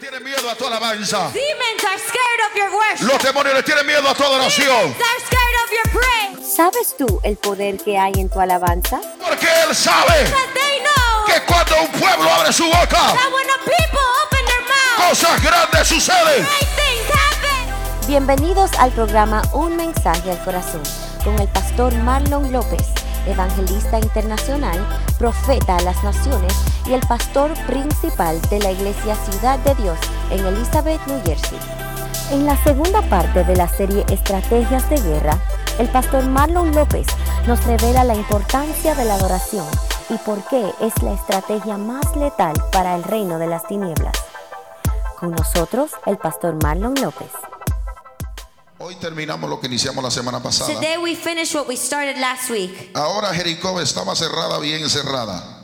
tienen miedo a tu alabanza. Demons are scared of your worship. Los demonios le tienen miedo a tu adoración. Demons are scared of your praise. ¿Sabes tú el poder que hay en tu alabanza? Porque Él sabe But they know que cuando un pueblo abre su boca, that when a people open their mouth, cosas grandes suceden. great things happen. Bienvenidos al programa Un Mensaje al Corazón con el pastor Marlon López, evangelista internacional, profeta a las naciones y el pastor principal de la iglesia Ciudad de Dios en Elizabeth, New Jersey. En la segunda parte de la serie Estrategias de Guerra, el pastor Marlon López nos revela la importancia de la adoración y por qué es la estrategia más letal para el reino de las tinieblas. Con nosotros, el pastor Marlon López. Hoy terminamos lo que iniciamos la semana pasada. Today we finish what we started last week. Ahora Jericó estaba cerrada, bien cerrada.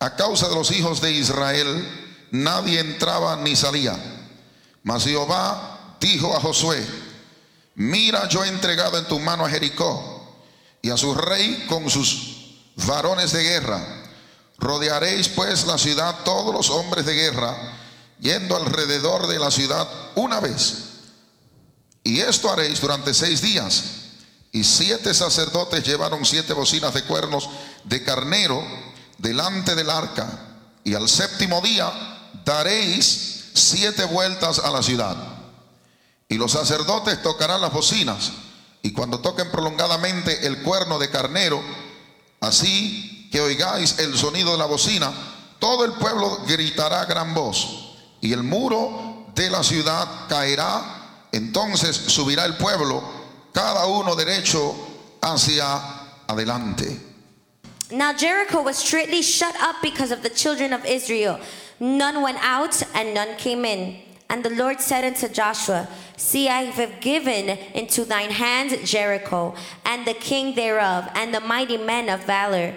A causa de los hijos de Israel, nadie entraba ni salía. Mas Jehová dijo a Josué, mira yo he entregado en tu mano a Jericó y a su rey con sus varones de guerra. Rodearéis pues la ciudad todos los hombres de guerra, yendo alrededor de la ciudad una vez. Y esto haréis durante seis días. Y siete sacerdotes llevaron siete bocinas de cuernos de carnero delante del arca. Y al séptimo día daréis siete vueltas a la ciudad. Y los sacerdotes tocarán las bocinas. Y cuando toquen prolongadamente el cuerno de carnero, así que oigáis el sonido de la bocina, todo el pueblo gritará a gran voz. Y el muro de la ciudad caerá. Entonces subirá el pueblo, cada uno derecho hacia adelante. Now Jericho was strictly shut up because of the children of Israel. None went out and none came in. And the Lord said unto Joshua, See, I have given into thine hand Jericho, and the king thereof, and the mighty men of valor.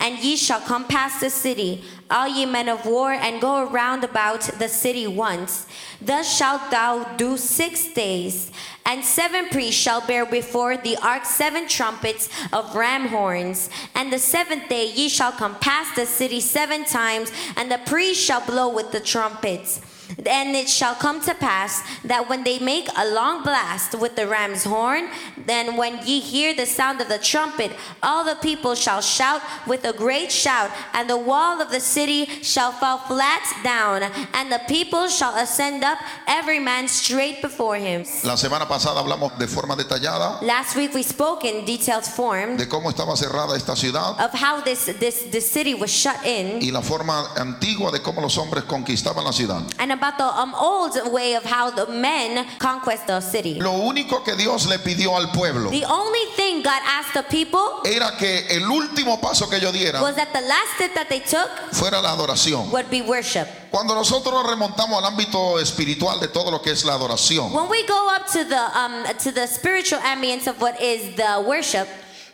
And ye shall come past the city, all ye men of war, and go around about the city once. Thus shalt thou do six days. And seven priests shall bear before the ark seven trumpets of ram horns. And the seventh day ye shall come past the city seven times, and the priests shall blow with the trumpets. And it shall come to pass that when they make a long blast with the ram's horn, then when ye hear the sound of the trumpet, all the people shall shout with a great shout, and the wall of the city shall fall flat down, and the people shall ascend up, every man straight before him. La semana pasada hablamos de forma detallada Last week we spoke in detailed form de cómo estaba cerrada esta ciudad of how this this the city was shut in y la forma antigua de cómo los hombres conquistaban la ciudad. and about the um, old way of how the men conquest the city. Lo único que Dios le pidió al pueblo The only thing God asked the people era que el último paso que ellos dieran was that the last step that they took fuera la adoración. would be worship. Cuando nosotros nos remontamos al ámbito espiritual de todo lo que es la adoración When we go up to the um to the spiritual ambience of what is the worship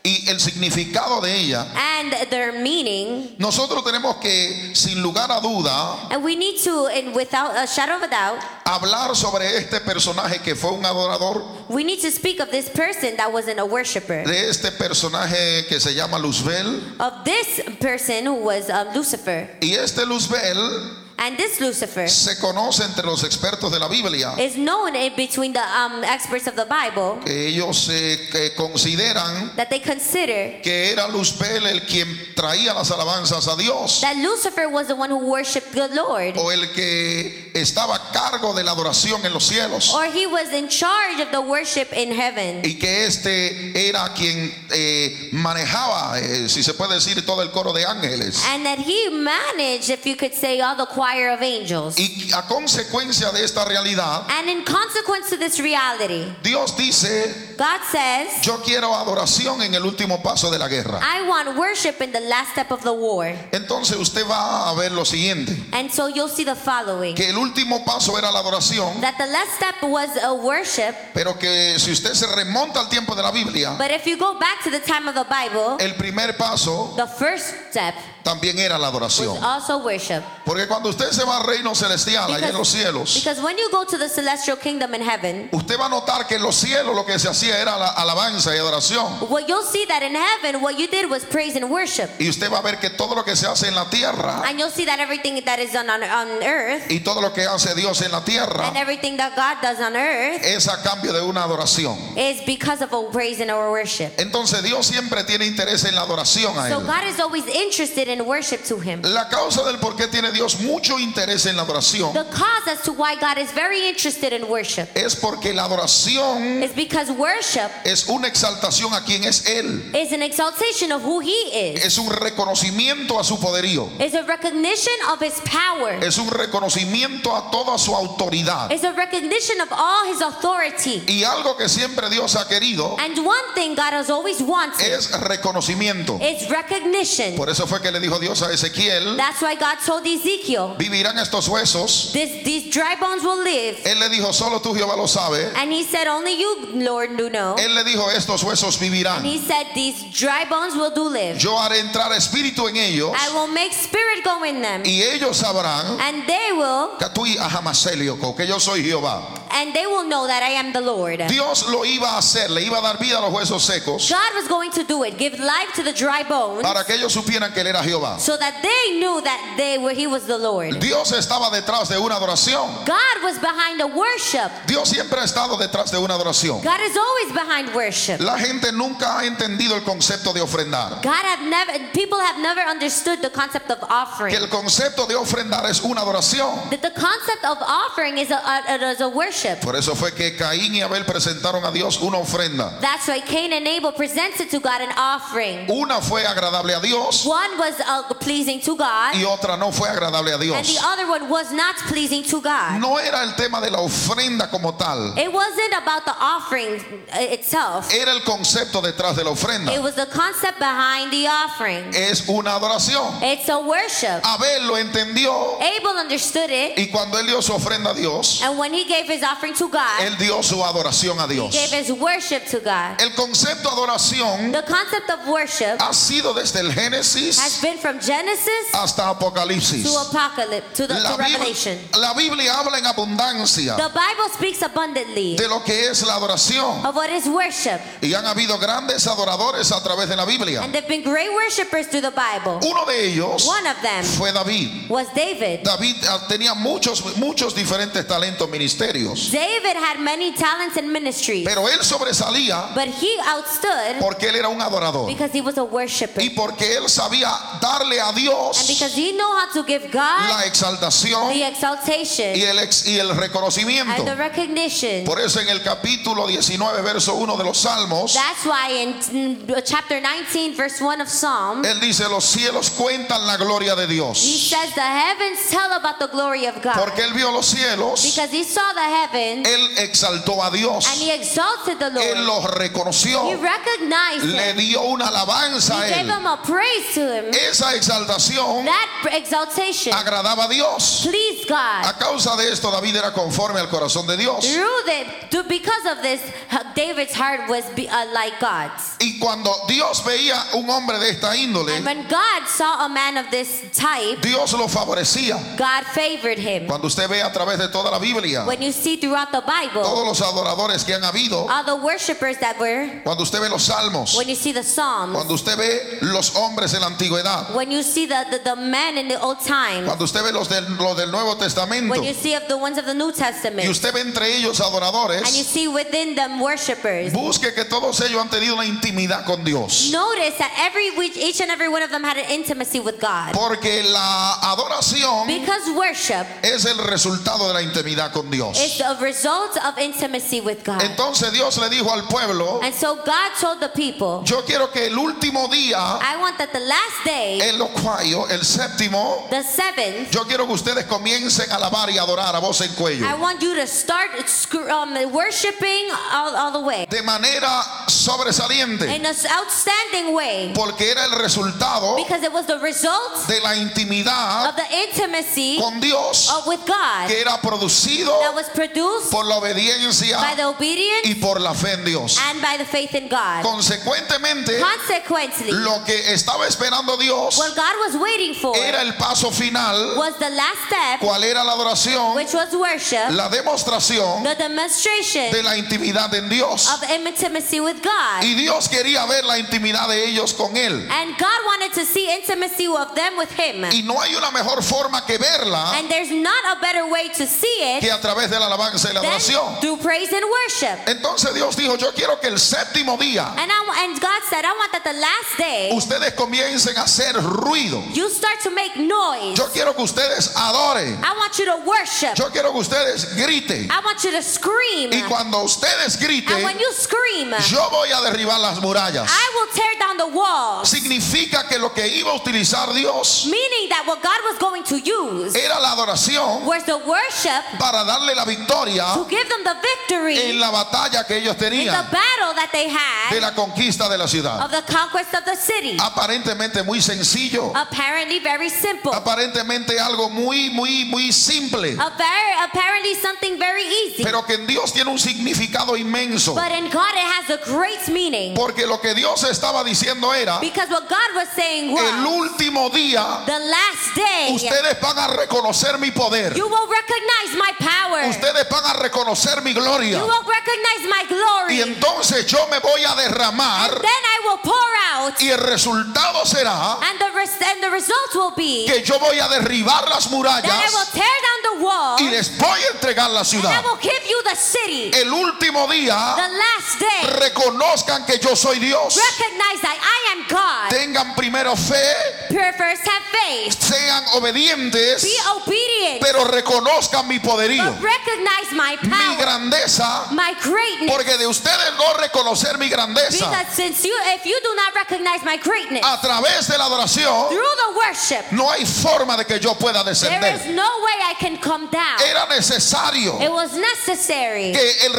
y el significado de ella, and their meaning, nosotros tenemos que, sin lugar a duda, and we need to, and without a shadow of a doubt, hablar sobre este personaje que fue un adorador, we need to speak of this person that wasn't a worshiper. de este personaje que se llama Luzbel. of this person who was um, Lucifer. Y este Luzbel And this Lucifer se conoce entre los expertos de la Biblia, is known in between the um, experts of the Bible que ellos eh, que consideran that they consider que era Luzbel el quien traía las alabanzas a Dios. that Lucifer was the one who worshiped the Lord, o el que estaba a cargo de la adoración en los cielos or he was in charge of the worship in heaven, y que este era quien eh, manejaba, eh, si se puede decir, todo el coro de ángeles. and that he managed, if you could say, all the choir of angels. Y a consecuencia de esta realidad, And in consequence to this reality, Dios dice, God says, yo quiero adoración en el último paso de la guerra. I want worship in the last step of the war. Entonces usted va a ver lo siguiente, And so you'll see the following que el último paso era la adoración, that the last step was a worship. pero que si usted se remonta al tiempo de la Biblia, But if you go back to the time of the Bible, el primer paso the first step también era la was adoración. also worship. Porque cuando usted se va al reino celestial, allá en los cielos, because when you go to the celestial kingdom in heaven, Usted va a notar que en los cielos lo que se hacía era la alabanza y adoración. Well, you'll see that in heaven, what you did was praise and worship. Y usted va a ver que todo lo que se hace en la tierra And you'll see that everything that is done on, on earth y todo lo que hace Dios en la tierra and everything that God does on earth es a cambio de una adoración. is because of our praise and our worship. Entonces Dios siempre tiene interés en la adoración a So Él. God is always interested in worship to Him. La causa del por qué tiene Dios mucho interés en la adoración The cause as to why God is very interested in worship es porque la adoración is because worship es una exaltación a quien es Él. is an exaltation of who He is, Es un reconocimiento a su poderío. is a recognition of His power, Es un reconocimiento a toda su autoridad. is a recognition of all His authority. Y algo que siempre Dios ha querido And one thing God has always wanted es reconocimiento. is recognition. Por eso fue que le dijo Dios a Ezequiel, That's why God told Ezekiel, vivirán estos huesos. this, these dry bones will live. Él le dijo, solo tú Jehová lo sabe. And he said, only you, Lord, do know. Él le dijo, estos huesos And vivirán. he said, these dry bones will do live. Yo haré entrar espíritu en ellos I will make spirit go in them. y ellos sabrán And they will, que tú y Ajamaselioco, que yo soy Jehová. and they will know that I am the Lord. Dios lo iba a hacer, le iba a dar vida a los huesos secos God was going to do it, give life to the dry bones, para que ellos supieran que él era Jehová. so that they knew that they were He was the Lord. Dios estaba detrás de una adoración. God was behind the worship. Dios siempre ha estado detrás de una adoración. God is always behind worship. La gente nunca ha entendido el concepto de ofrendar. God have never people have never understood the concept of Que offering. el concepto de ofrendar es una adoración. That the concept of offering is a, a, is a worship. Por eso fue que Caín y Abel presentaron a Dios una ofrenda. That's why Cain and Abel presented to God an offering. Una fue agradable a Dios One was uh, pleasing to God, y otra no fue agradable a and the Dios. other one was not pleasing to God. No era el tema de la ofrenda como tal. It wasn't about the offering uh, itself. Era el concepto detrás de la ofrenda. It was the concept behind the offering. Es una adoración. It's a worship. Abel lo entendió Abel understood it, y cuando él dio su ofrenda a Dios, and when he gave his offering to God, él dio su adoración a he Dios. gave his worship to God. El concepto adoración The concept of worship ha sido desde el has Génesis been from Genesis hasta Apocalipsis. to Apocalypse to the La to Revelation. Biblia, la Biblia habla en abundancia The Bible speaks abundantly de lo que es la adoración. of what is worship, Y han habido grandes adoradores a través de la Biblia. and there've been great worshipers through the Bible. Uno de ellos One of them fue David. was David. David ah, tenía muchos, muchos diferentes talentos, ministerios. David had many talents and ministry, Pero él sobresalía but he outstood porque él era un adorador. Because he was a worshiper. Y And porque él sabía darle a Dios because he knew how to give God la exaltación the y exaltation el, ex- y el reconocimiento. and the recognition. Por eso en el capítulo 19, verso 1 de los Salmos, That's why in mm, chapter 19, verse 1 of Psalm, Él dice, los cielos cuentan la gloria de he Dios. says, The heavens tell about the glory of God. Porque Él vio los cielos, Because he saw the heavens Él exaltó a Dios, and he exalted the Él Lord. los reconoció, He recognized le him. dio una alabanza He a gave Él. him a praise to him. Esa exaltación That exaltation agradaba a Dios. pleased God. A causa de esto, David era conforme al corazón de Dios. Through the, through- because of this, uh, David's heart was be, uh, like God's. Y cuando Dios veía un hombre de esta And índole, when God saw a man of this type, Dios lo favorecía. God favored him. Cuando usted ve a través de toda la Biblia, When you see throughout the Bible, todos los adoradores que han habido, all the worshipers that were, cuando usted ve los salmos, when you see the Psalms, cuando usted ve los hombres en la antigüedad, when you see the, the, the men in the old time, Cuando usted ve los del, los del Nuevo Testamento when you see of the ones of the New y Testament, usted ve entre ellos and you adoradores, see within them worshipers, busque que todos ellos han tenido una intimidad con Dios. notice that every which- each and every one of them had an intimacy with God. Porque la adoración Because worship es el resultado de la intimidad con is Dios. a result of intimacy with God. Entonces Dios le dijo al pueblo, And so God told the people, yo quiero que el último día, I want that the last day, el cuayo, el séptimo, the seventh, yo quiero que ustedes comiencen a alabar y adorar a voz en cuello. I want you to start scr- um, worshiping all, all the way De manera sobresaliente, in an outstanding way porque era el resultado because it was the result de la intimidad of the intimacy con Dios of, with God que era producido that was produced por la by obediencia the obedience y por la fe en Dios. and by the faith in God. Consecuentemente, Consequently, lo que estaba esperando Dios what God was waiting for era el paso final, was the last step, cuál era la adoración, which was worship, la demostración the demonstration de la intimidad en Dios. of intimacy with God. Y Dios quería ver la intimidad de ellos con Él. And God wanted to see intimacy of them with Him. Y no hay una mejor forma que verla Ah. And there's not a better way to see it que a través de la alabanza y la than adoración. through praise and worship. Entonces Dios dijo, yo quiero que el séptimo día And, I, and God said, I want that the last day ustedes comiencen a hacer ruido. you start to make noise. Yo quiero que ustedes adoren. I want you to worship. Yo quiero que ustedes griten. I want you to scream. Y cuando ustedes And when griten, you scream, yo voy a derribar las murallas. I will tear down the walls. Significa que lo que iba a utilizar Dios Meaning that what God was going to use era la adoración was the worship para darle la victoria to give them the en victory la batalla que ellos in the tenían battle that they de had la conquista de la ciudad. of the conquest of the city. Aparentemente muy sencillo. Apparently, very simple. Aparentemente algo muy, muy, muy simple. A very, apparently something very easy. Pero que en Dios tiene un significado inmenso. But in God, it has a great meaning. Porque lo que Dios estaba diciendo era, Because what God was saying el was último día the last day, ustedes van a reconocer mi poder. you will recognize my power, Ustedes van a reconocer mi you gloria. will recognize my Y glory. entonces yo me voy a derramar Then I will pour out, y el resultado será and the, res- and the result will be que yo voy a derribar las that I will murallas tear down the wall, y and les voy a entregar la I ciudad. will give you the city. El último The día last day, reconozcan que yo soy Dios. recognize that I am God. Tengan primero fe, Pure first have faith, sean obedientes, be obedient, pero reconozcan mi but poderío, recognize my mi power, grandeza, my greatness. porque de ustedes no reconocer mi grandeza Because since you, if you do not recognize my greatness a través de la adoración, through the worship, no hay forma de que yo pueda there is descender. no way I can come down. Era necesario It was necessary que el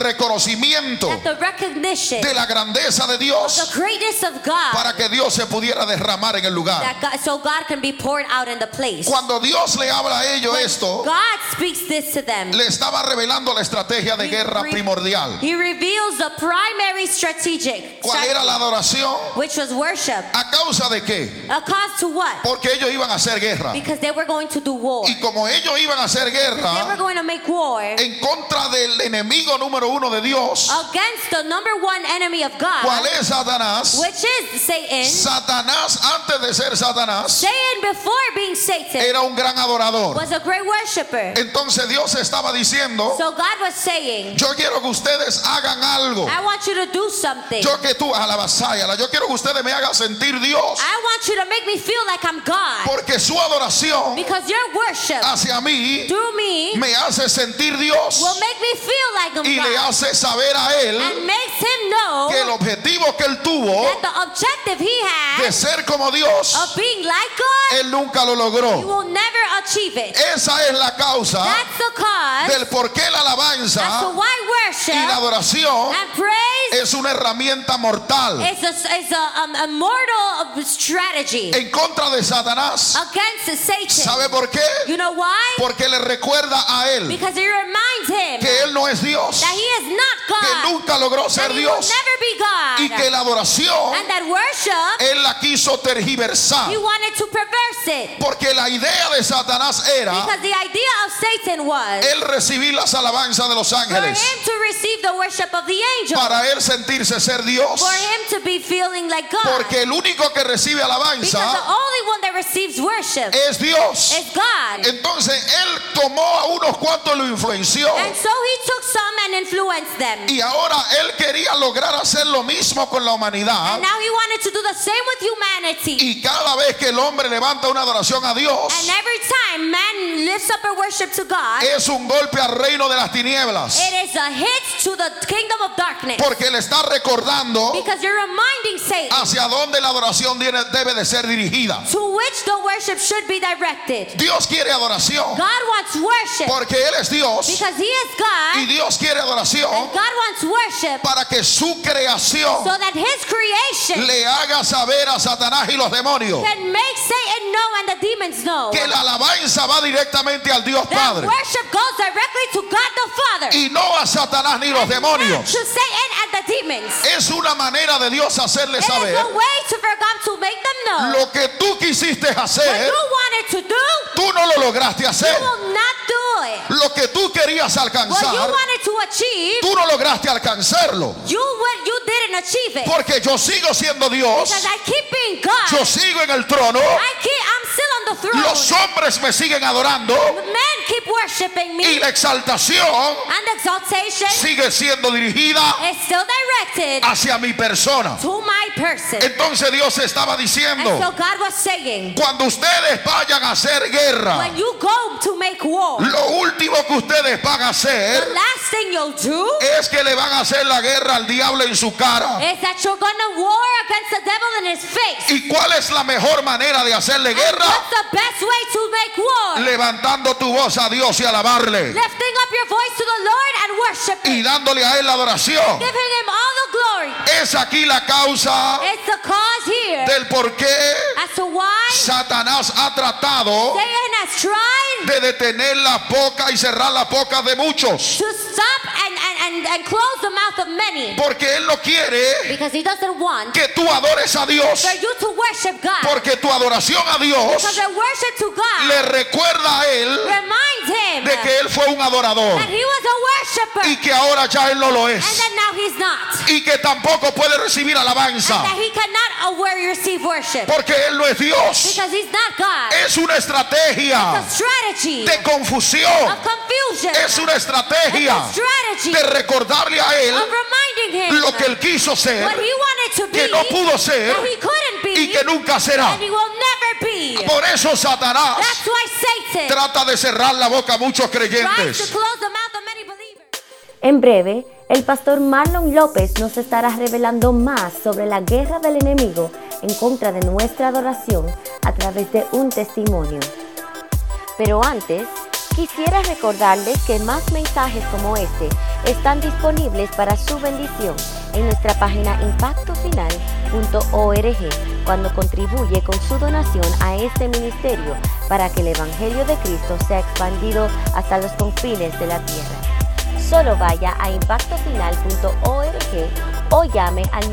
reconocimiento that the recognition de la grandeza de of the Dios greatness of God, para que Dios se pudiera derramar en el lugar. that God, so God can be poured out in the place. Cuando Dios le habla a ellos esto, God speaks this to them. le estaba revelando la estrategia de guerra primordial. He reveals the primary strategic, ¿Cuál era la adoración? which was worship. ¿A causa de qué? A cause to what? Porque ellos iban a hacer guerra. Because they were going to do war. Y como ellos iban a hacer They were guerra going to make war en contra del enemigo número uno de Dios, Ah. against the number one enemy of ¿cuál God, es Satanás? which is Satan. Satanás, antes de ser Satanás, Satan, before being Satan, era un gran adorador. was a great worshiper. Entonces Dios estaba diciendo, So God was saying, yo quiero que ustedes hagan algo. I want you to do something. Yo que tú, a la vasallara, yo quiero que ustedes me hagan sentir Dios. I want you to make me feel like I'm God. Porque su adoración Because your worship hacia mí through me me hace sentir Dios will make me Ah, feel like I'm y le God. hace saber a él And makes him que know el objetivo que él tuvo that the objective he de had ser como Dios, of being like God, él nunca lo you logró. will never achieve it. Esa es la causa That's the cause del por qué la as to alabanza y why la worship adoración and praise es una herramienta mortal is a, is a, um, a mortal strategy en contra de Satanás. against Satan. ¿Sabe por qué? You know why? Porque le recuerda a él Because it reminds him que él no es Dios, that he is not que God, nunca logró that ser he will Dios never be God, y que la adoración and that worship él la quiso tergiversar. he wanted to perverse it. Porque la idea de Satanás era Because the idea of Satan was él recibir las alabanzas de los for ángeles him to receive the worship of the angels, para él sentirse ser Dios. for him to be feeling like God. Porque el único que recibe Because the alabanza only one that receives worship es Dios. is God. Entonces él tomó a unos cuantos, lo influenció. And so he took some and influenced them. Y ahora él quería lograr hacer lo mismo con la humanidad. And now he wanted to do the same with humanity. Y cada vez que el hombre levanta una adoración a Dios, And every time man lifts up a worship to God, es un golpe al reino de las tinieblas. It is a hit to the kingdom of darkness. Porque le está recordando Because you're reminding Satan hacia dónde la adoración tiene- debe de ser dirigida. to which the worship should be directed. Dios quiere adoración God wants worship porque Él es Dios because He is y God, Dios quiere and adoración God wants worship para que su creación so that His creation le haga saber a Satanás y los demonios can make Satan know and the demons know que la alabanza va directamente al Dios that Padre. worship goes directly to God the Father, y no a Satanás ni los not demonios. to Satan and the demons. Es una manera de Dios hacerle It is saber a way to, for God to make them know eh? lo que tú quisiste what hacer, you wanted to do, tú Pues no lo lograste hacer. you will not do it. Lo que tú querías What you alcanzar, wanted to achieve, tú no lograste alcanzarlo. you will, you didn't achieve it. Porque yo sigo siendo Dios, Because I keep being God. yo sigo en el trono, I keep, I'm still on the throne. los hombres me siguen adorando Men keep worshiping y me. la exaltación And exaltation sigue siendo dirigida is still directed hacia mi persona. to my person. Entonces Dios estaba And so diciendo, God was saying, cuando ustedes vayan a hacer guerra, when you go to make war, lo último que ustedes van a the hacer last thing you'll do es que le van a hacer la guerra al diablo en su cara. is that you're gonna war against the devil in his face. ¿Y cuál es la mejor manera de hacerle And guerra? what's the best way to make war? Levantando tu voz a Dios y alabarle. Lifting up your voice to the Lord and Y worshiping, dándole a Él la adoración. giving him all the glory. Es aquí la causa It's the cause here del por qué as to why Satanás ha tratado Satan has tried de detener la boca y cerrar la boca de muchos. to stop and, and, and, and close the mouth of many Porque Él no quiere because he doesn't want que tú adores a Dios. for you to worship God. Porque tu adoración a Dios Because the worship to God le recuerda a Él reminds him de que Él fue un adorador. that he was a worshiper y que ahora ya él no lo and es that now he's not. y que tampoco puede recibir alabanza That he cannot aware receive worship porque él no es Dios because he's not God. es una The estrategia strategy de of confusión confusion. es una It's estrategia a strategy de recordarle a él of reminding him lo que él quiso what ser he wanted to be que no pudo ser that he couldn't y be que nunca será and he will never be. por eso Satanás That's why Satan trata de cerrar la boca a muchos tries to creyentes close the mouth of many believers. En breve, el pastor Marlon López nos estará revelando más sobre la guerra del enemigo en contra de nuestra adoración a través de un testimonio. Pero antes, quisiera recordarles que más mensajes como este están disponibles para su bendición en nuestra página impactofinal.org cuando contribuye con su donación a este ministerio para que el Evangelio de Cristo sea expandido hasta los confines de la tierra. Solo vaya a impactofinal.org o llame al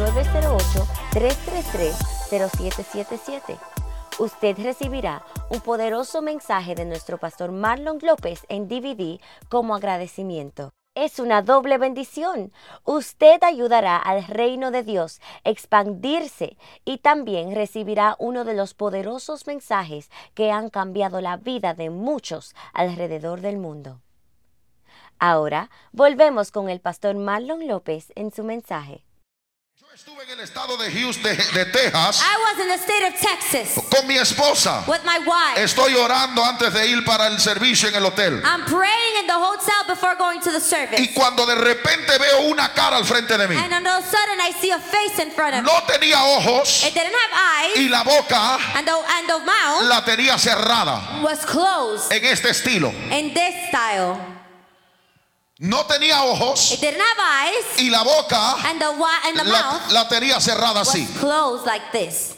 908-333-0777. Usted recibirá un poderoso mensaje de nuestro pastor Marlon López en DVD como agradecimiento. Es una doble bendición. Usted ayudará al reino de Dios a expandirse y también recibirá uno de los poderosos mensajes que han cambiado la vida de muchos alrededor del mundo. Ahora volvemos con el pastor Marlon López en su mensaje. yo estuve en el estado de Houston de, de Texas I was in the state of Texas con mi esposa with my wife. Estoy orando antes de ir para el servicio en el hotel. I'm praying in the hotel before going to the service. Y cuando de repente veo una cara al frente de mí, And all of a sudden, I see a face in front of me. no tenía ojos It didn't have eyes, y la boca and the, and the mouth la tenía cerrada was closed en este estilo. in this style. No tenía ojos It didn't have eyes, y la boca and the, wa- and the la, mouth Pues- la tenía cerrada así. was closed like this.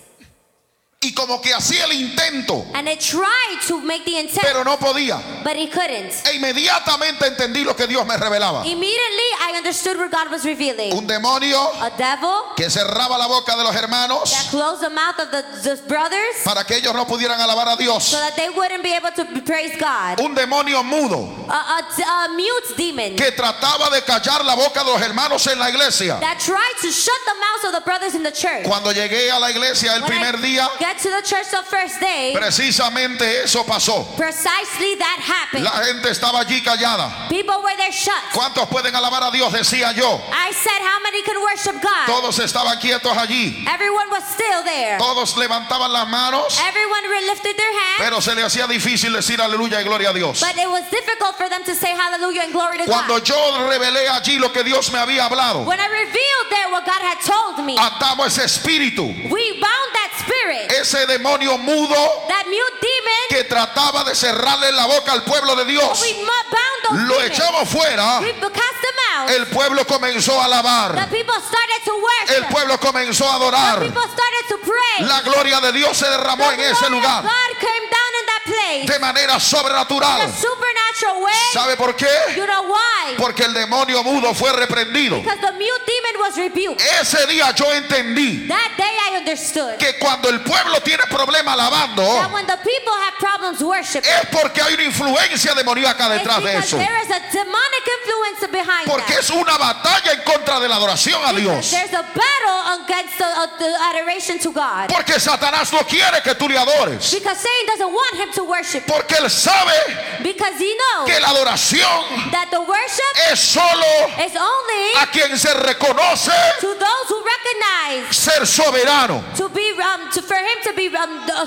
Y como que hacía el intento, And it tried to make the intent, pero no podía. but it couldn't. E inmediatamente entendí lo que Dios me revelaba. Immediately, I understood what God was revealing. Un demonio A devil que cerraba la boca de los that hermanos closed the mouth of the, the brothers para que ellos no pudieran alabar a so Dios. that they wouldn't be able to praise God. Un demonio mudo A, a, a mute demon que trataba de callar la boca de los hermanos en la iglesia. that tried to shut the mouths of the brothers in the church. Cuando llegué a la iglesia el When I primer día, Get to the church the first day. precisamente eso pasó. Precisely that happened. La gente estaba allí callada. People were there shut. ¿Cuántos pueden alabar a Dios? Decía yo. I said, How many can worship God? Todos estaban quietos allí. Everyone was still there. Todos levantaban las manos, Everyone re- lifted their hands, pero se le hacía difícil decir aleluya y gloria a Dios. but it was difficult for them to say hallelujah and glory to Cuando God. yo revelé allí lo que Dios me había hablado, When I revealed there what God had told me, atamos ese espíritu, we bound that spirit, ese demonio mudo that mute demon. Eh. que trataba de cerrarle la boca al pueblo de Dios. We mu- bound Lo those demons. echamos fuera. We bu- cast them out. El pueblo comenzó a The alabar. people started to El worship. pueblo comenzó a The adorar. people started to pray. La gloria de Dios se The derramó en glory ese of lugar God came down in that place. de manera sobrenatural. The supernatural natural way. ¿Sabe por qué? You know why? Porque el demonio mudo fue reprendido. Because the mute demon was rebuked. Ese día yo entendí That day I understood que cuando el pueblo tiene problemas that alabando, when the people have problems worshiping, es porque hay una influencia demoníaca it's Eh, detrás de because eso. there is a demonic influence behind Porque that. es una batalla en contra de la adoración a Because Dios. there's a battle against the, uh, the adoration to God. Porque Satanás no quiere que tú le adores. Because Satan doesn't want him to worship. Porque él sabe Because he knows que la adoración that the worship es solo is only Eh, a quien se reconoce to those who recognize ser soberano to be um, to, for him to be um, the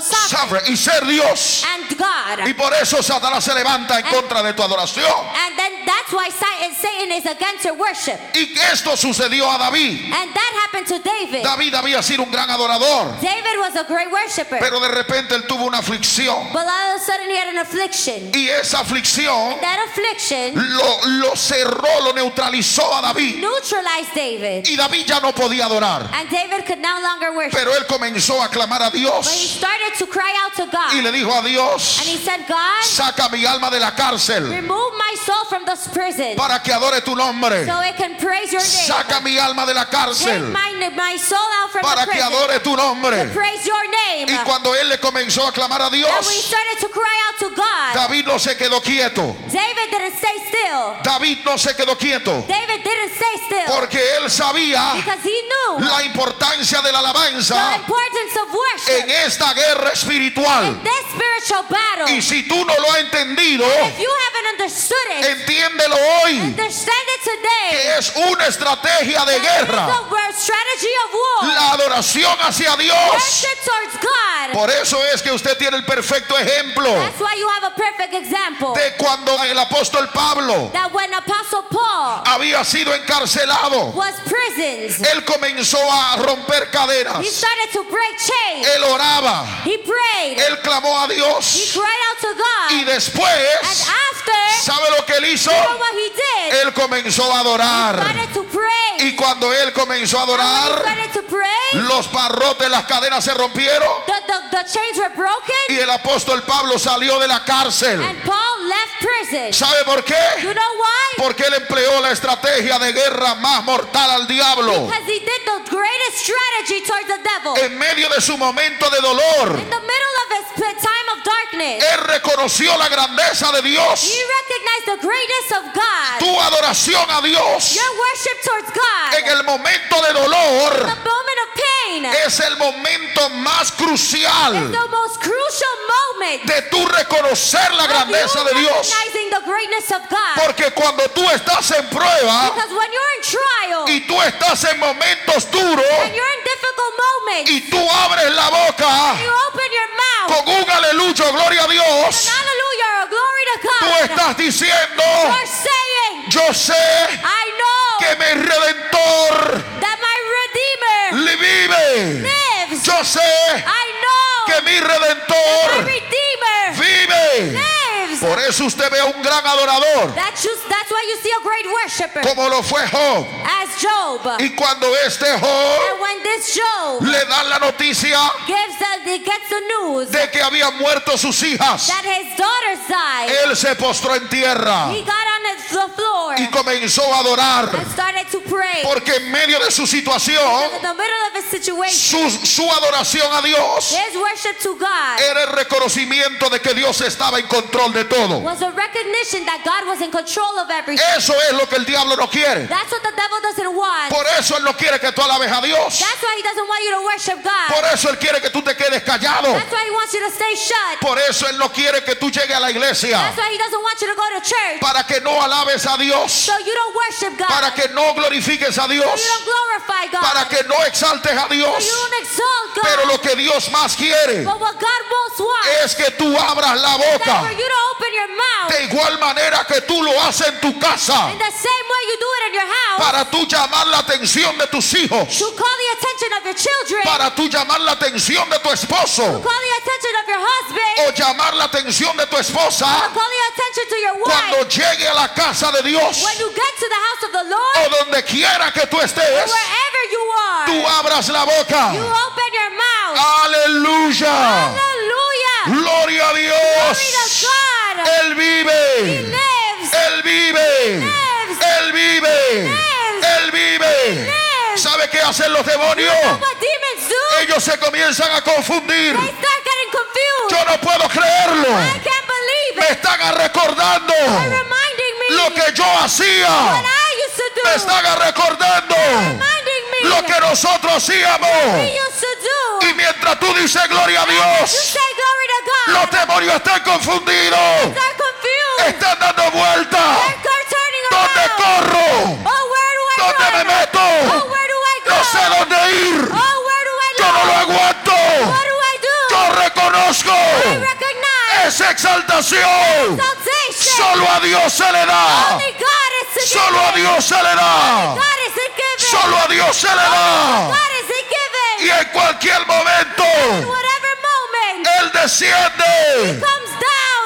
sovereign, sovereign y ser Dios. and God. Y por eso Satanás se levanta en contra de tu adoración. And then that's why Satan, Satan is against your worship. Y esto sucedió a David. And that happened to David. David había sido un gran adorador, David was a great worshiper. pero de repente él tuvo una aflicción. But all of a sudden he had an affliction. Y esa aflicción That affliction lo, lo cerró, lo neutralizó a David. neutralized David. Y David ya no podía adorar. And David could no longer worship. Pero él comenzó a clamar a But he Dios started to cry out to y God. le dijo a Dios, And he said, God, saca mi alma de la cárcel remove my soul from this prison para que adore tu nombre. so it can praise your name. Saca mi alma de la Take cárcel my, my soul out from para the que prison adore tu to nombre. praise your name. Y cuando él le comenzó a clamar a And when he Dios, started to cry out to God, David no se quedó quieto. David didn't stay still. David no se quedó quieto David didn't stay still porque él sabía because he knew la importancia de la the alabanza importance of en worship esta guerra in espiritual. this spiritual battle. Y si tú no lo has entendido, If you haven't understood it, entiéndelo hoy. understand it today. que es una estrategia de That is guerra, the word strategy of war. la adoración hacia Dios. Worship towards God. Por eso es que usted tiene el perfecto ejemplo That's why you have a perfect example. de cuando el apóstol Pablo That when Apostle Paul había sido encarcelado, was prisoned, él comenzó a romper he cadenas, started to break chains. él oraba, He prayed. él clamó a He Dios cried out to y God. And después, after, ¿sabe lo que él hizo? you know what he did? Él comenzó a adorar. Started to pray. Y cuando él comenzó a And when adorar, he started to pray, los barrotes, las cadenas se rompieron the, the, the chains were y broken el apóstol Pablo salió de la cárcel. and Paul left prison. ¿Sabe por qué? You know why? Porque él empleó la estrategia de guerra más mortal al diablo. Because he did the greatest strategy towards the devil. En medio de su momento de dolor, In the middle of his p- time of darkness, él reconoció la grandeza de he Dios, recognized the greatness of God. tu adoración a Dios. Your worship towards En God. el momento de The dolor moment of pain es el momento más is crucial the most crucial moment de tú reconocer la of you grandeza de Dios. recognizing the greatness of God. Porque cuando tú estás en prueba Because when you're in trial y tú estás en momentos duros, and you're in difficult moments, y tú abres la boca you open your mouth. con un aleluya, gloria a Dios, Hallelujah, glory to tú God. estás diciendo, are saying, yo sé I know que mi redentor that my Redeemer le vive. lives. Yo sé I know que mi my redentor Redeemer vive. lives. Por eso usted ve a un gran adorador, That's, just, that's why you see a great worshiper como lo fue Job. as Job. Y cuando este Job And when this Job le dan la noticia gives the, he gets the news de que habían muerto sus hijas, that his daughters died, él se postró en tierra he got on his- the floor y comenzó a adorar. and started to pray. Porque en medio de su situación, In the middle of his situation, su, su adoración a Dios his worship to God era el reconocimiento de que Dios estaba en control de todo. was a recognition that God was in control of everything. Eso es lo que el diablo no quiere. That's what the devil doesn't want. Por eso él no quiere que tú alabes a Dios. That's why he doesn't want you to worship Por God. eso él quiere que tú te quedes callado. That's why he wants you to stay shut. Por eso él no quiere que tú llegues a la iglesia That's why he doesn't want you to go to church. para que no alabes a Dios, So you don't worship para God. que no glorifiques a So Dios, you don't glorify para God. que no exaltes a So Dios. you don't exalt Pero God. lo que Dios más quiere But what God most wants es que tú abras la is that boca for you to open your mouth de igual manera que tú lo haces en tu casa. in the same way you do it in your house para tú llamar la atención de tus hijos, to call the attention of your children, para tú llamar la atención de tu esposo call the attention of your husband, o llamar la atención de tu esposa call the attention to your wife. cuando llegue a la casa de Dios When you get to the house of the Lord, o donde quiera que tú estés, wherever you tú are, abras la boca. you open your mouth. Aleluya. Hallelujah. Gloria a Glory to Dios. God. God. Él vive. He lives. Él vive. lives. Él vive. lives. Él vive. lives. ¿Sabe qué hacen los demonios? You know what demons do? Ellos se comienzan a confundir. They start getting confused. Yo no puedo creerlo. I can't believe Me it. están recordando They're reminding me lo que yo hacía. what I used to do. Me están recordando reminding me lo que nosotros we hacíamos. used to do. Y mientras tú dices gloria a You Dios, say glory to God. los demonios están confundidos. They're confused. Están dando vueltas. They're cur- turning ¿Dónde around. corro? Oh, where do I ¿Dónde run? me meto? Oh, where do I go? No sé dónde ir. Oh, where do I Yo no look? lo aguanto. What do I do? Yo reconozco I recognize esa exaltación. exaltation. Solo a Dios se le da. Only God is to Solo a give. Dios se le da. God is to give. Solo a Dios se le da. God is to give. Y en cualquier momento, In whatever moment Él desciende. comes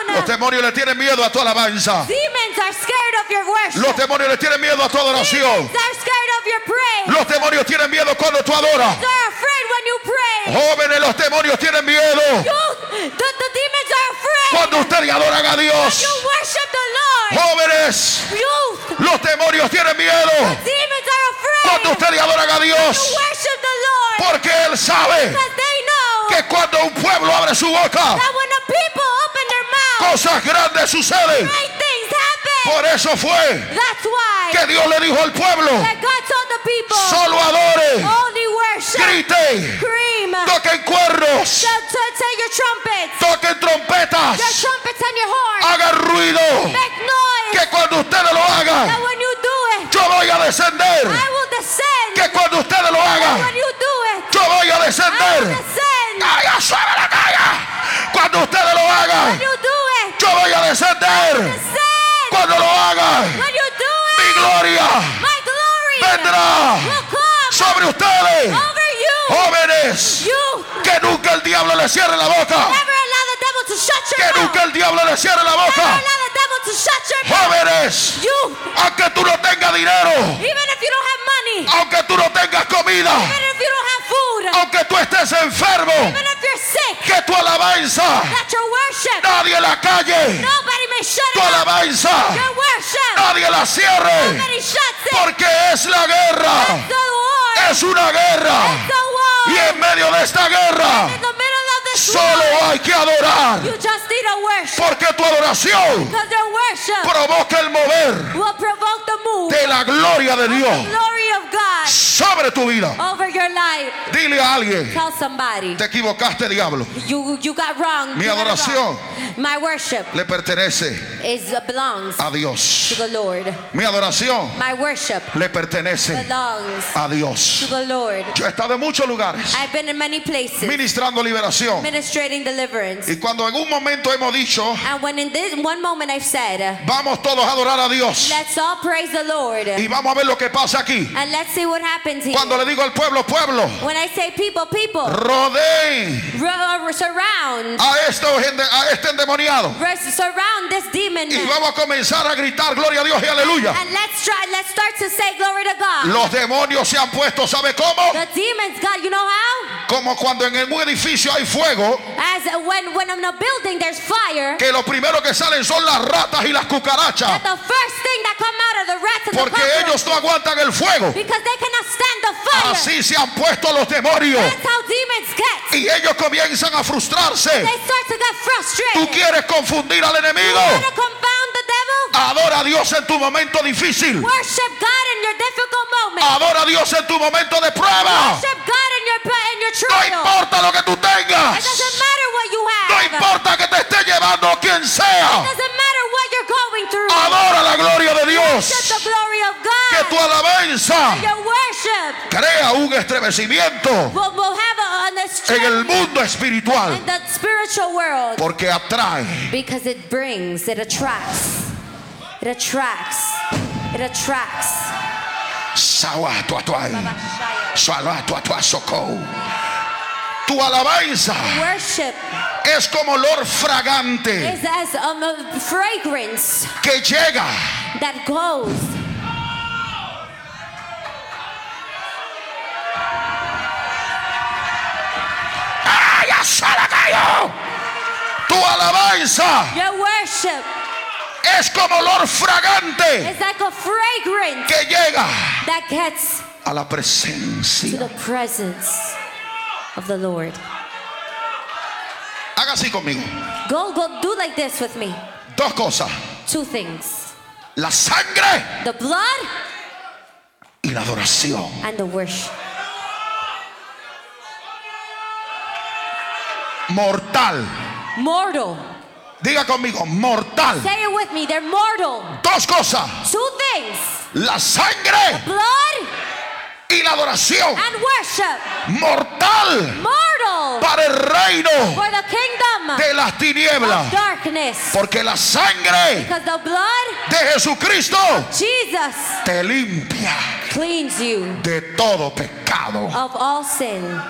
Los down. demonios le tienen miedo a tu alabanza. Demons are scared of your worship. Los demonios le tienen miedo a tu adoración. Demons are scared of your praise. Los demonios tienen miedo cuando tú adoras. They're afraid when you pray. Jóvenes, los demonios tienen miedo You, the, the demons are afraid. cuando ustedes adoran a You Dios. worship the Lord. Jóvenes, You, los demonios tienen miedo demons are cuando afraid. ustedes adoran a Dios. Worship the Lord. Porque Él sabe Because they know que cuando un pueblo abre su boca, that when the people open their mouths, cosas grandes suceden. great things happen. Por eso fue That's why que Dios le dijo al pueblo, that God told the people solo adore, only worship, griten, scream, toquen cuernos, shout, shout, shout your trumpets, toquen your trompetas, trumpets and your horns, hagan ruido. make noise. Que cuando ustedes lo That hagan, when you do it, yo voy a descender. I will descend. Que cuando ustedes lo That hagan, when you do it, yo voy a I will descender. descend. ¡Calla, suave la calla! Cuando ustedes lo hagan, When you do it, yo voy a descender. descend. Cuando lo hagan, When you do mi it, gloria my glory vendrá will come sobre ustedes, over you. Oh. jóvenes. You Que nunca el diablo le cierre la boca. Never allow the devil to shut your Que mouth. nunca el diablo le cierre la Never boca. allow the devil to shut your mouth. Jóvenes, You, aunque tú no tengas dinero, even if you don't have money, aunque tú no tengas comida, even if you don't have food, aunque tú estés enfermo, even if you're sick, que tu alabanza that your worship, nadie la calle. nobody may shut Tu it up. alabanza Your worship, nadie la cierre. nobody shuts it. Porque es la guerra. The war, Es una guerra. the war. Y en medio de esta In guerra the middle of this solo war, hay que adorar. you just need a worship. Porque tu adoración Because your worship provoca el mover will provoke the move, de la gloria de the Dios glory of God sobre tu vida. over your life. Dile a alguien, Tell somebody. te equivocaste diablo. You, you got wrong. Mi You got it wrong. My worship Le pertenece is uh, belongs a to Dios. the Lord. Mi adoración My worship le pertenece belongs a to Dios. the Lord. Yo he estado en muchos lugares I've been in many places ministrando liberación. administrating deliverance. Y cuando en un momento hemos dicho, And when in this one moment I've said, vamos todos a adorar a Dios. let's all praise the Lord Y vamos a ver lo que pasa aquí. and let's see what happens here. Cuando le digo al pueblo, pueblo, When I say people, people, rodeen ro- surround, a, esto, gente- a este endemoniado. res- surround this demon Y man. vamos a comenzar a gritar gloria a Dios y aleluya. And let's try, let's start to say glory to God. Los demonios se han puesto, ¿sabe cómo? The demons, God, you know how? Como cuando en un edificio hay fuego, As when when in a building there's fire, que lo primero que salen son las ratas y las cucarachas, that the first thing that come out of the rats and the porque cockroach, ellos no aguantan el fuego. because they cannot stand the fire. Así se han puesto los demonios That's how demons get. y ellos comienzan a frustrarse. They start to get Tú frustrated. quieres confundir al You enemigo. want to confound the devil? Adora a Dios en tu momento difícil. Worship God in your difficult moment. Adora a Dios en tu momento de prueba. Worship God in your pa- in your No trial. importa lo que tú It doesn't tengas. matter what you No have. importa que te esté llevando quien It sea. doesn't matter what you're going through. Adora la gloria de Worship Dios. the glory of Que tu God. alabanza Your worship crea un estremecimiento will, will have a, en an el extreme mundo in espiritual. the spiritual world. Porque atrae. Because it brings, it attracts. It attracts. It attracts. Sawa tua tuai. Salva tua tua socou. Tu alabanza Worship es como olor fragante is as um, a fragrance que llega that goes. ¡Ay, a Saracayo! Tu alabanza Your worship es como olor fragante is like a fragrance que llega that gets a la to presencia. the presence of the Lord. Haga así conmigo. Go, go, do like this with me. Dos cosas. Two things La sangre the blood y la adoración. and the worship. Mortal. Mortal. Diga conmigo, mortal. Say it with me. They're mortal. Dos cosas. Two things La sangre blood y la adoración. and worship. Mortal Mortal para el reino for the kingdom de las of tinieblas. darkness. Porque la sangre Because the blood, de Jesucristo Jesus, te limpia cleans you de todo pecado. of all sin.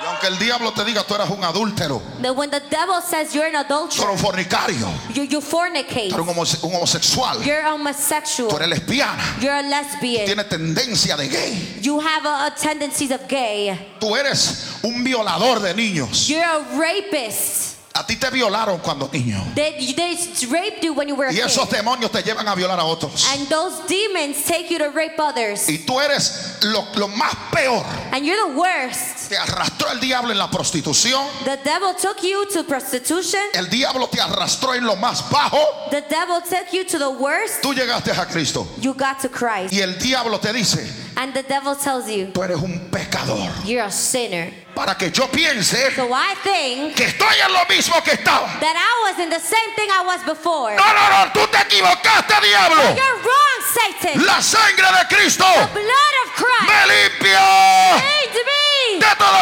Y aunque el diablo te diga tú eres un adúltero, That when the devil says you're an tú eres adulterer, un fornicario, you, you fornicate, tú eres un, homose- un homosexual, you're homosexual, tú eres lesbiana, you're a lesbian, tienes tendencia de gay, you have a, a tendencies of gay, tú eres un violador de niños. you're a rapist. A ti te violaron cuando niño. They, they raped you when you were a Y esos kid. demonios te llevan a violar a otros. And those demons take you to rape others. Y tú eres lo, lo más peor. And you're the worst. Te arrastró el diablo en la prostitución. The devil took you to prostitution. El diablo te arrastró en lo más bajo. The devil took you to the worst. Tú llegaste a Cristo. You got to Christ. Y el diablo te dice, And the devil tells you, tú eres un pecador. you're a sinner. Para que yo piense So I think que estoy en lo mismo que estaba. that I was in the same thing I was before. No, no, no, tú te equivocaste, diablo. You're wrong, Satan. La sangre de Cristo The blood of Christ me limpia saved me. de todo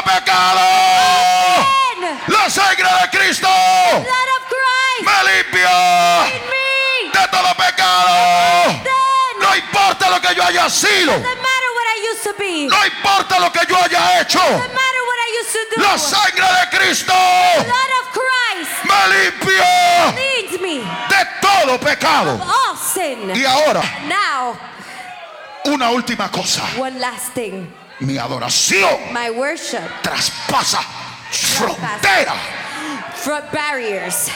pecado. Sin. La sangre de Cristo Blood of Christ me limpia saved me. de todo pecado. Sin. No importa lo que yo haya sido. Doesn't matter what I used to be. No importa lo que yo haya hecho. Doesn't matter what I used to do. La sangre de Cristo Blood of Christ me limpia leads me de todo of pecado. all sin. Y ahora, Now, una última cosa. one last thing. Mi adoración My worship traspasa frontera. from barriers.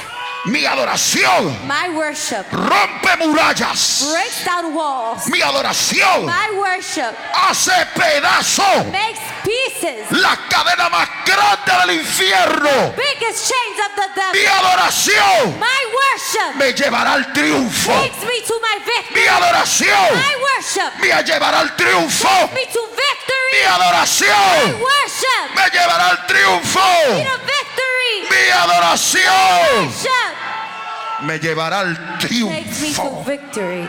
Mi adoración My worship rompe murallas. breaks down walls. Mi adoración My worship hace pedazo makes pieces. la cadena más grande del infierno. Biggest chains of the Mi devil. adoración My worship me llevará al triunfo. takes me to my victory. Mi adoración My worship me llevará al triunfo. me to victory. Mi adoración Worship me llevará al me triunfo. to victory. Mi adoración Worship me llevará al takes me to triunfo. victory.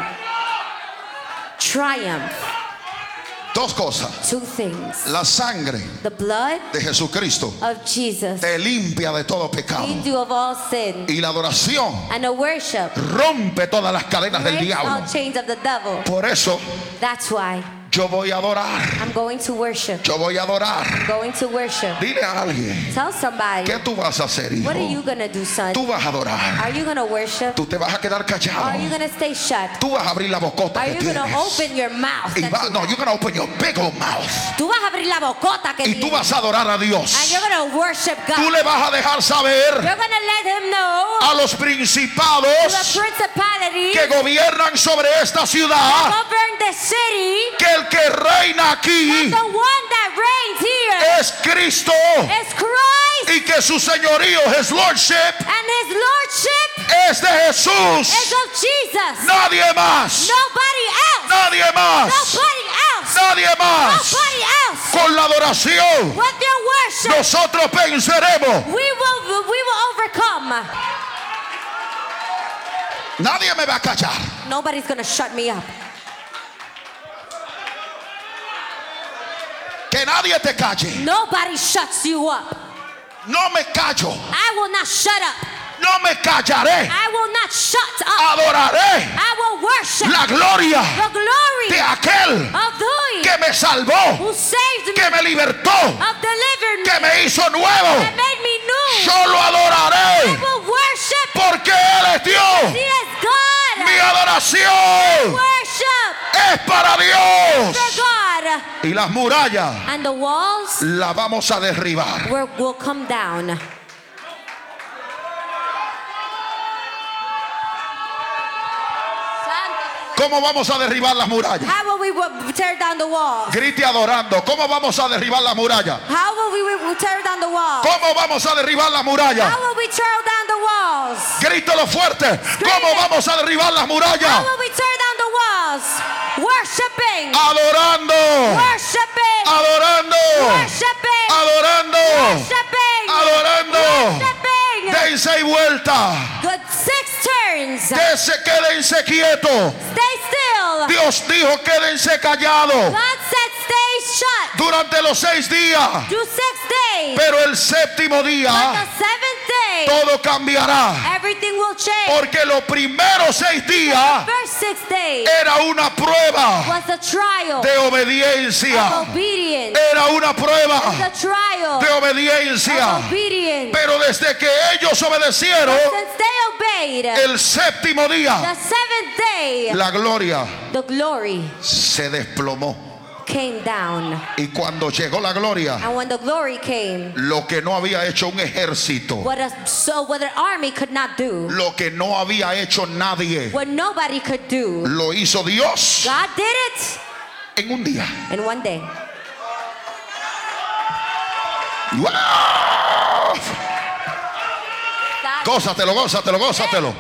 Triumph. Dos cosas. Two things. La sangre The blood de Jesucristo of Jesus te limpia de todo pecado. leads you of all sin. Y la adoración And the worship rompe todas las cadenas del breaks all diablo. chains of the devil. Por eso That's why yo voy a adorar. I'm going to worship. Yo voy a adorar. Going to worship. Dile a alguien, Tell somebody, ¿qué tú vas a hacer, hijo? what are you gonna do, son? Tú vas a adorar. Are you gonna worship? Tú te vas a quedar Are you callado. gonna stay shut? Tú vas a abrir la bocota Are que you gonna tienes. open your mouth? Y that va- you no, have? you're gonna open your big old mouth. Tú vas a abrir la bocota que Y tú tienes. vas a adorar a And Dios. you're gonna worship Tú God. le vas a dejar saber You're gonna let him know a los the principados principality que gobiernan sobre esta ciudad govern the city. que el que reina aquí The one that reigns here es Cristo is Christ, y que su señorío, his lordship, and his lordship es de is Jesús. of Jesus. Nadie más, Nobody else. nadie más, Nobody else. nadie más. Nobody else. Con la adoración With your worship, nosotros venceremos. we will we will overcome. Nadie me va a callar. Nobody's gonna shut me up. Que nadie te calle. Nobody shuts you up. No me callo. I will not shut up. No me callaré. I will not shut up. Adoraré I will worship la gloria the glory de aquel of who, que me salvó, who saved me, que me libertó, of delivered me, que me hizo nuevo. that made me new. Yo lo I adoraré will worship porque Él es Dios. He is God. Mi adoración Worship es para for Dios. God. Y las murallas And the walls las vamos a derribar. will, will come down. ¿Cómo vamos a derribar las murallas? How will we wo- tear down the wall? Grite adorando. ¿Cómo vamos a derribar las murallas? How will we we- we tear down the wall? ¿Cómo vamos a derribar las murallas? How will we tear down the walls? Grítelo fuerte. ¿Cómo vamos a derribar las How murallas? will we tear down the walls? Worshipping! Adorando. Worshipping! Adorando. Worshipping! Adorando. Worshipping! Adorando. Worshipping! Den seis vueltas. Good six turns! Que se quédense quietos. Stay still! Dios dijo quédense callados God said stay shut! durante los seis días. Do six days! Pero el séptimo But día the seventh day, todo cambiará. everything will change. Porque los primeros seis días First six days era una prueba was the trial de obediencia. of obedience. Era una prueba The trial de obediencia. of obedience. Pero desde que ellos obedecieron, Since they obeyed, el séptimo día, the seventh day, la gloria the glory se desplomó. came down. Y cuando llegó la gloria, And when the glory came, lo que no había hecho un ejército, what a, so what an army could not do, lo que no había hecho nadie, what nobody could do, lo hizo Dios God did it en un día. in one day. ¡Wow! God- Gózatelo, gózatelo, gózatelo.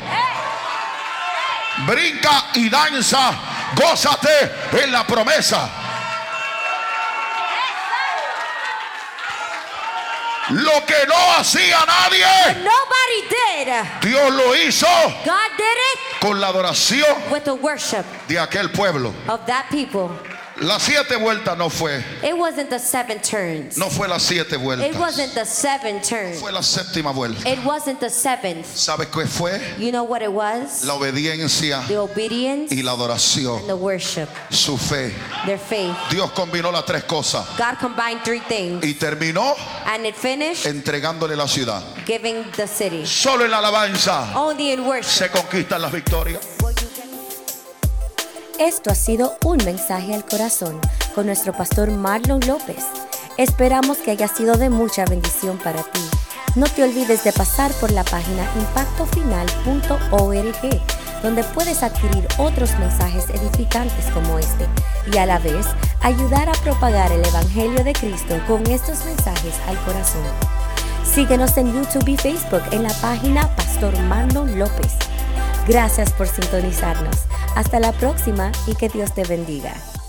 Brinca y danza, gózate en la promesa. Lo que no hacía nadie, Nobody did. Dios lo hizo God did it con la adoración with the worship de aquel pueblo. of that people. Las siete vueltas no fue, It wasn't the seven turns. no fue las siete It vueltas. wasn't the seven turns. Fue la séptima vuelta. It wasn't the seventh. ¿Sabes qué fue? You know what it was? La obediencia The obedience y la and adoración, the worship, su fe. their faith. Dios combinó las tres cosas God combined three things y terminó and it finished entregándole la ciudad. giving the city. Solo en la alabanza Only in worship. se conquistan las victorias. Esto ha sido un mensaje al corazón con nuestro pastor Marlon López. Esperamos que haya sido de mucha bendición para ti. No te olvides de pasar por la página impactofinal.org, donde puedes adquirir otros mensajes edificantes como este y a la vez ayudar a propagar el Evangelio de Cristo con estos mensajes al corazón. Síguenos en YouTube y Facebook en la página Pastor Marlon López. Gracias por sintonizarnos. Hasta la próxima y que Dios te bendiga.